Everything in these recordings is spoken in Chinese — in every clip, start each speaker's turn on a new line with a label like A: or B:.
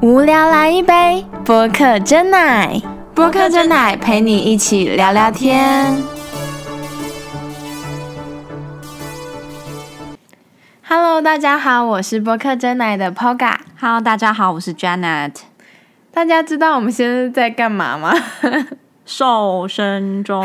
A: 无聊来一杯播客真奶，播客真奶陪你一起聊聊天。Hello，大家好，我是播客真奶的 Poga。
B: Hello，大家好，我是 Janet。
A: 大家知道我们现在在干嘛吗？
B: 瘦身中，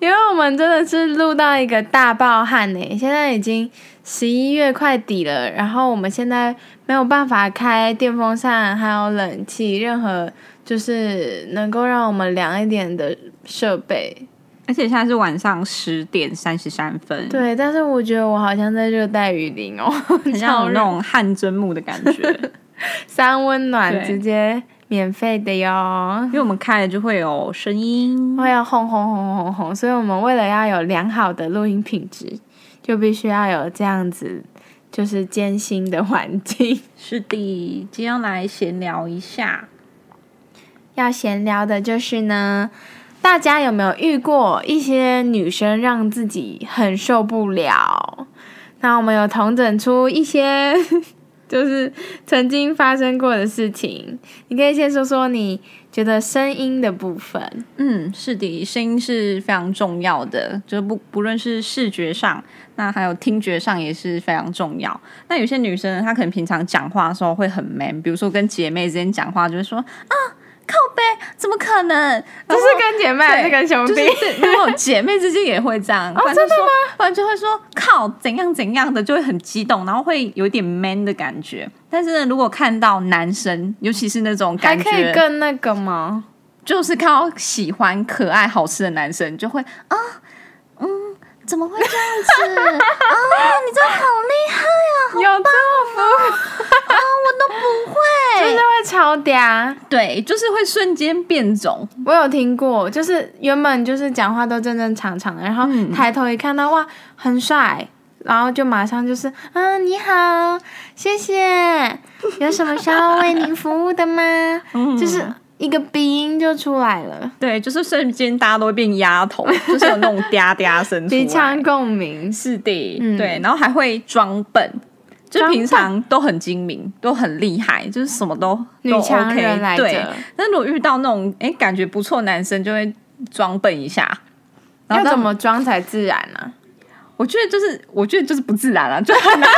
A: 因为我们真的是录到一个大爆汗呢，现在已经十一月快底了，然后我们现在没有办法开电风扇，还有冷气，任何就是能够让我们凉一点的设备。
B: 而且现在是晚上十点三十三分，，
A: 对，但是我觉得我好像在热带雨林哦，
B: 很像 有那种汗蒸木的感 觉。
A: 三温暖
B: 对
A: 直接免费的哟
B: 因。为我们开了就会有声音，
A: 会啊要轰轰轰轰轰，所以我们为了要有良好的录音品质，就必须要有这样子就是艰辛的环境。
B: 是的，今天要来闲聊一下。
A: 要闲聊的就是呢，大家有没有遇过一些女生让自己很受不了？那我们有统整出一些， 就是曾经发生过的事情。你可以先说说你觉得声音的部分，
B: 嗯，是的，声音是非常重要的，就是不不论是视觉上，那还有听觉上也是非常重要。那有些女生呢她可能平常讲话的时候会很 man，比如说跟姐妹之间讲话就会说啊靠背，怎么可能？
A: 这是跟姐妹还是
B: 对
A: 跟兄
B: 就是
A: 弟？
B: 对如果姐妹之间也会这样，
A: 哦
B: 不然就说，不然就会说靠怎样怎样的，就会很激动，然后会有一点 man 的感觉。但是呢，如果看到男生，尤其是那种
A: 还
B: 感
A: 可以
B: 觉，
A: 更那个吗？
B: 就是看到喜欢可爱好吃的男生，就会啊，嗯，怎么会这 样子啊？你真的好厉害啊！
A: 有这么
B: 哦
A: 服，
B: 不
A: 就是
B: 会，
A: 会超嗲。
B: 对，就是会瞬间变种，
A: 我有听过，就是原本就是讲话都正正常常的，然后
B: 嗯
A: 抬头一看到哇，很帅，然后就马上就是嗯你好，谢 谢，有什么需要为您服务的吗？
B: 嗯
A: 就是一个鼻音就出来了，
B: 对，就是瞬间大家都会变丫头，就是有那种嗲嗲声 出来，
A: 鼻腔共鸣，
B: 是的，
A: 嗯
B: 对，然后还会装笨，就
A: 装笨
B: 平常都很精明，都很厉害，就是什么都
A: 女
B: 都
A: 强
B: OK
A: 人来
B: 对，
A: 着，
B: 那如果遇到那种哎感觉不错的男生，就会装笨一下。
A: 要
B: 然
A: 怎
B: 后但
A: 么装才自然啊呢、
B: 我觉得就是，我觉得就是不自然了、就很难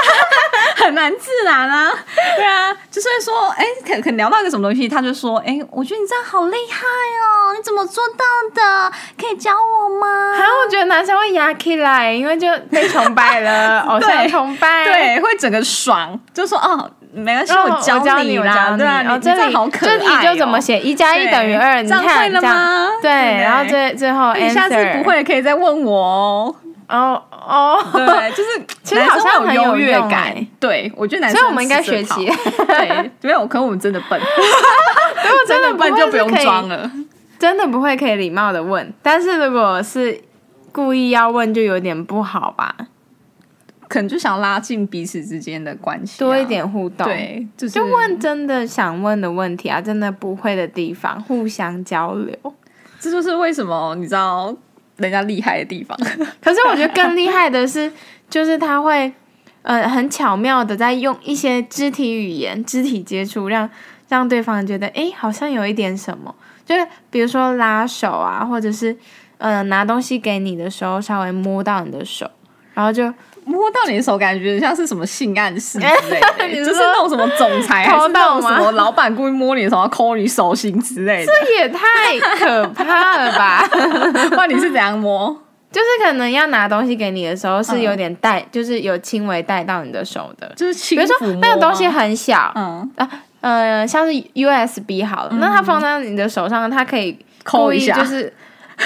B: 很难自然啊。对啊，就是会说，哎、可可能聊到一个什么东西，他就说，哎、我觉得你这样好厉害哦，你怎么做到的？可以教我吗？
A: 然后我觉得男生会压起来，因为就被崇拜了，偶像
B: 对
A: 崇拜，
B: 对，会整个爽，就说哦，没关系，
A: 哦
B: 教
A: 我教
B: 你
A: 你，我
B: 啦，
A: 教
B: 对啊，
A: 然后
B: 你
A: 这
B: 这样
A: 里
B: 好可
A: 这
B: 爱、哦
A: 里就怎么？写一加一等于二，你
B: 这样
A: 看
B: 会了
A: 这样
B: 吗？
A: 对，
B: 对
A: 然后最最后哦 answer，
B: 你下次不会可以再问我 哦。
A: 哦哦，
B: 对，就是
A: 其实
B: 男生
A: 好像
B: 会
A: 很
B: 有
A: 有
B: 优越
A: 用
B: 感
A: 欸。
B: 对，我觉得男生
A: 所以我们应该
B: 吃这
A: 学
B: 套
A: 习。
B: 对，没有，可能我们真的笨，
A: 如 果 真的
B: 笨
A: 会
B: 就不用
A: 是可以
B: 装，了。
A: 真的不会可以礼貌的问，但是如果是故意要问，就有点不好吧，
B: 可能就想拉近彼此之间的关系啊，
A: 多一点互动，，
B: 对，就是
A: 就问真的想问的问题啊，真的不会的地方互相交流。
B: 这就是为什么你知道人家厉害的 地方。
A: 可是我觉得更厉害的是， 就是他会，呃，很巧妙的在用一些肢体语言、肢体接触，让让对方觉得，诶，好像有一点什么。就是比如说拉手啊，或者是，呃，拿东西给你的时候，稍微摸到你的手，然后就
B: 摸到你的手，感觉像是什么性暗示之类
A: 你
B: 的，欸
A: 是
B: 就
A: 说
B: 是那种什么总裁，还
A: 偷
B: 是那
A: 盗吗
B: 种什么老板故意摸你的手要抠你手心之类的。
A: 这也太可怕了吧！
B: 不然你是怎样摸？
A: 就是可能要拿东西给你的时候，
B: 嗯
A: 是有点带，就是有轻微带到你的手的。
B: 就是
A: 比
B: 轻
A: 如说
B: 抚摸吗
A: 那个东西，很小，
B: 嗯，
A: 呃，像是 USB 好了，那它放在你的手上，它可以
B: 抠
A: 故
B: 嗯一
A: 意
B: 下，
A: 就是，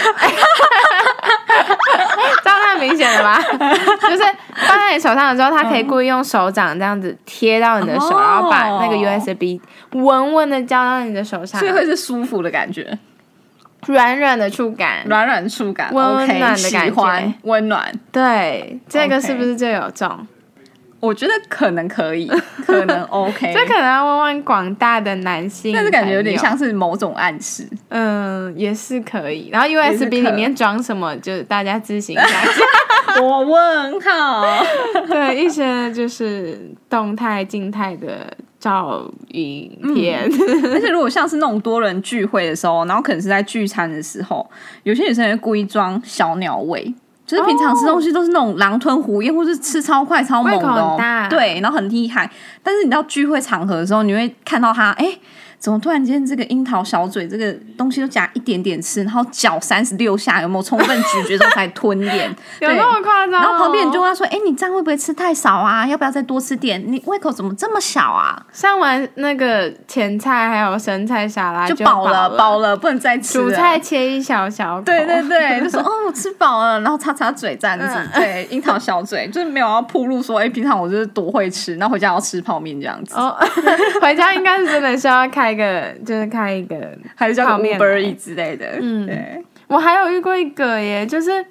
A: 这样太明显了 吧？就是放在你手上的时候，它可以故意用手掌这样子贴到你的手，
B: 哦
A: 然后把那个 USB 稳稳的交到你的手上
B: 所，以会是舒服的感觉，
A: 软软的触感。
B: 软软触感，
A: 温
B: OK，
A: 暖的感觉
B: 喜欢温暖。
A: 对，这个
B: OK
A: 是不是就有中？
B: 我觉得可能可以，可能 OK，
A: 这可能要问问广大的男性，
B: 但是感觉有点，像是某种 暗示。
A: 嗯，也是可以。然后
B: 是
A: USB
B: 可
A: 里面装什么，就是大家自行想象。
B: 我问号，
A: 对一些就是动态、静态的照影片，
B: 而且如果像是那种多人聚会的时候，然后可能是在聚餐的时候，有些女生也会故意装小鸟胃。就是平常吃东西都是那种狼吞虎咽，或是吃超快超猛的、
A: 哦胃口
B: 哦
A: 很大，
B: 对，然后很厉害。但是你到聚会场合的时候，你会看到他，哎、怎么突然间这个樱桃小嘴这个东西都夹一点点吃，然后嚼三十六下，有没有充分咀嚼之后才吞咽？
A: 有那么夸张哦、
B: 然后旁边人就问他说：“哎、你这样会不会吃太少啊？要不要再多吃点？你胃口怎么这么小啊？
A: 上完那个前菜还有生菜沙拉
B: 就
A: 啊饱
B: 饱了，饱了，不能再吃
A: 主
B: 了。
A: 菜切一小小口，
B: 对对 对，就说哦，我吃饱了，然后擦擦嘴这样子，
A: 嗯
B: 对，樱桃小嘴，就是没有要铺路说，哎、平常我就是多会吃，然后回家要吃泡面这样子，
A: 哦， 回家应该是真的需要开一个，就是开一个。
B: 还是叫
A: 泡
B: 个
A: 面
B: Uber
A: 来
B: E 之类的，
A: 嗯
B: 对，
A: 我还有遇过一个耶，就是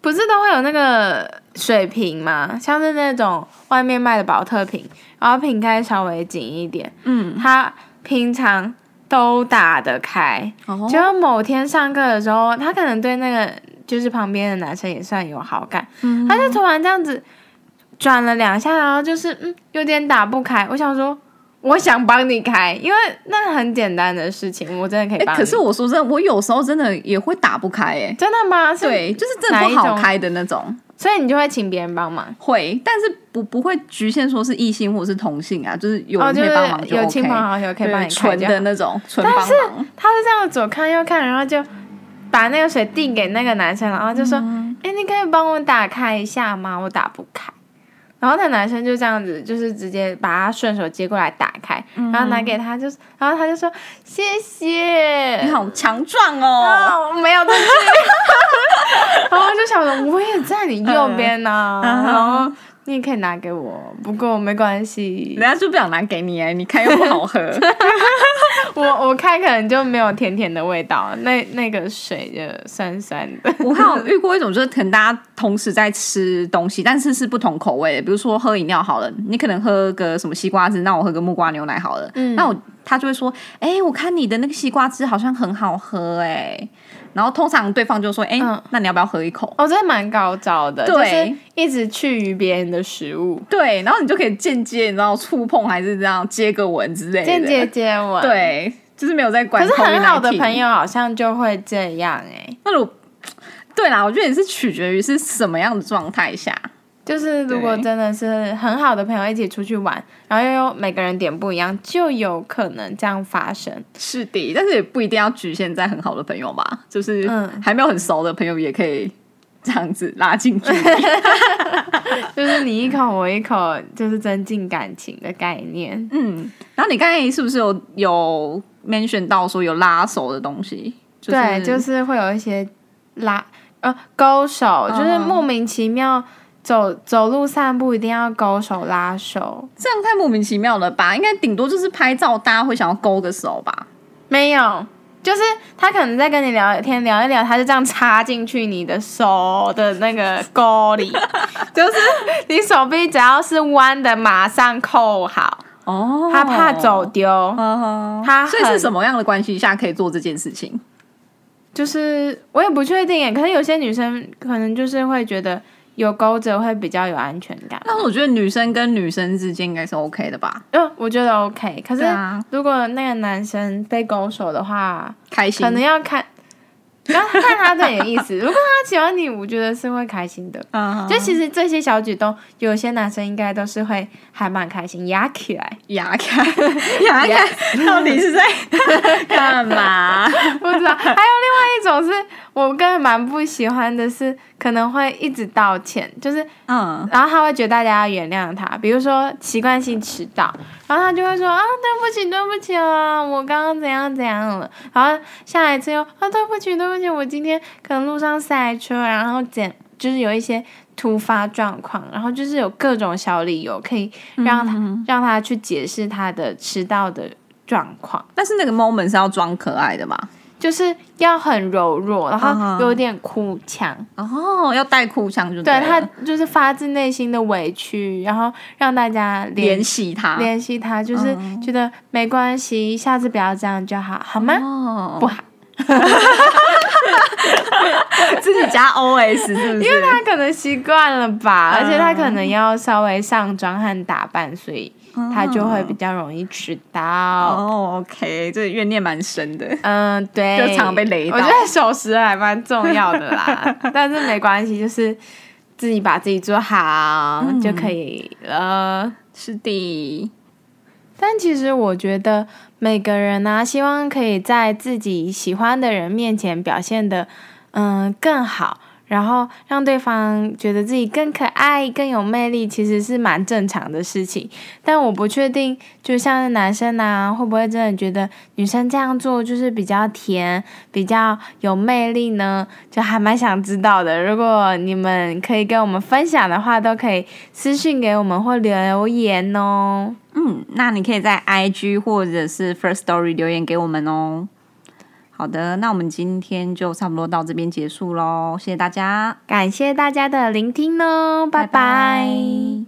A: 不是都会有那个水瓶嘛，像是那种外面卖的保特瓶，然后瓶盖稍微紧一点，
B: 嗯，
A: 它平常都打得开。
B: 哦
A: 结果某天上课的时候，他可能对那个就是旁边的男生也算有好感，
B: 嗯
A: 他就突然这样子转了两下，然后就是嗯有点打不开。我想说，我想帮你开，因为那很简单的事情，我真的可以
B: 哎、
A: 帮你。
B: 可是我说真的，我有时候真的也会打不开、哎，
A: 真的吗？是，
B: 对，就是真的
A: 哪
B: 不
A: 一
B: 好
A: 种
B: 开的那种，
A: 所以你就会请别人帮忙。
B: 会，但是不不会局限说是异性或是同性啊，就是有
A: 哦，
B: 人
A: 就
B: 可以
A: 是
B: 帮忙就
A: 有
B: OK，
A: 亲朋好友可以帮你开
B: 对纯
A: 这样
B: 的那种纯帮忙，
A: 他是这样左看右看，然后就把那个水递给那个男生，然后就说：“哎、
B: 嗯
A: 你可以帮我打开一下吗？我打不开。”然后那男生就这样子，就是直接把他顺手接过来打开，
B: 嗯
A: 然后拿给他，就是，然后他就说：“谢谢。”
B: 你好强壮哦。
A: 哦，没有东西。然后我就想着我也在你右边呢、
B: 嗯
A: 然后你也可以拿给我，不过没关系
B: 人，家就不想拿给你哎，你开又不好喝，
A: 我我看可能就没有甜甜的味道，那那个水就酸酸的。
B: 我还有遇过一种，就是可能大家同时在吃东西，但是是不同口味的。比如说喝饮料好了，你可能喝个什么西瓜汁，那我喝个木瓜牛奶好了。
A: 嗯
B: 那我他就会说：“哎、我看你的那个西瓜汁好像很好喝哎、然后通常对方就说：“哎、
A: 嗯
B: 那你要不要喝一口
A: 哦，真的蛮高招的，
B: 对
A: 就是一直去于别人的食物，？”
B: 对，然后你就可以间接你知道触碰还是这样接个吻之类的。
A: 间接接吻。，
B: 对，就是没有在管。
A: 可是很好的朋友好像就会这样哎、
B: 那如果对啦，我觉得也是取决于是什么样的状态下。
A: 就是如果
B: 对
A: 真的是很好的朋友一起出去玩，然后又有每个人点不一样，就有可能这样发 生。
B: 是的，但是也不一定要局限在很好的朋友吧，就是
A: 嗯
B: 还没有很熟的朋友也可以这样子拉近 距离。
A: 就是你一口我一口，就是增进感情的概念。
B: 嗯，然后你刚才是不是有有 mention 到说有拉手的东西？就是、
A: 对，就是会有一些拉呃勾手，就是
B: 嗯
A: 莫名其妙走走路散步一定要勾手拉手，
B: 这样太莫名其妙了吧？应该顶多就是拍照，大家会想要勾个手吧？
A: 没有。就是他可能在跟你聊天，聊一聊，他就这样插进去你的手的那个沟 里，就是你手臂只要是弯的，马上扣好。
B: 哦
A: 他怕走，丢，
B: 哦
A: 嗯他
B: 所以是
A: 很
B: 什么样的关系下可以做这件事情？
A: 就是我也不确定耶，可是有些女生可能就是会觉得有勾着会比较有安全感。
B: 但是我觉得女生跟女生之间应该是 OK 的吧？
A: 嗯，我觉得 OK。可是
B: 对啊
A: 如果那个男生被勾手的话，
B: 开心
A: 可能要看，要看他对你的意思。如果他喜欢你，我觉得是会开心的。
B: 啊，
A: 就其实这些小举动，有些男生应该都是会还蛮开心，压起来。
B: 牙开 牙开，到底是在 干嘛？
A: 不知道，还有另外一种是我个人蛮不喜欢的是，可能会一直道歉，就是
B: 嗯，
A: 然后他会觉得大家要原谅他，比如说习惯性迟到，然后他就会说啊对不起对不起啊，我刚刚怎样怎样了，然后下一次又啊对不起对不起，我今天可能路上塞车，然后怎就是有一些突发状况，然后就是有各种小理由可以
B: 嗯
A: 让他、让他去解释他的迟到的状况。
B: 但是那个 moment 是要装可爱的嘛？
A: 就是要很柔弱，然
B: 嗯
A: 后
B: 哼
A: 有点哭腔
B: 哦，要带哭腔就
A: 对
B: 了
A: 他就是发自内心的委屈，然后让大家
B: 联
A: 联
B: 系他，
A: 联系他，就是
B: 哦
A: 觉得没关系，下次不要这样就好，好吗？
B: 哦，
A: 不好，
B: 自己 加 OS 是不
A: 因为
B: 是？
A: 他可能习惯了吧，
B: 嗯
A: 而且他可能要稍微上妆和打扮，所以他就会比较容易迟到。
B: 嗯哦，OK，这怨念蛮深的。
A: 嗯，对，
B: 就常被雷到
A: 我觉得守时还蛮重要的 啦，但是没关系，就是自己把自己做好、
B: 嗯
A: 就可以了。
B: 是的，
A: 但其实我觉得每个人呢、希望可以在自己喜欢的人面前表现的，嗯，更好，然后让对方觉得自己更可爱、更有魅力，其实是蛮正常的事情。但我不确定，就像是男生啊，会不会真的觉得女生这样做就是比较甜、比较有魅力呢？就还蛮想知道的。如果你们可以跟我们分享的话，都可以私信给我们或留言哦。
B: 嗯，那你可以在 IG 或者是 First Story 留言给我们哦。好的，那我们今天就差不多到这边结束喽，谢谢大家，
A: 感谢大家的聆听哦，拜拜。
B: 拜拜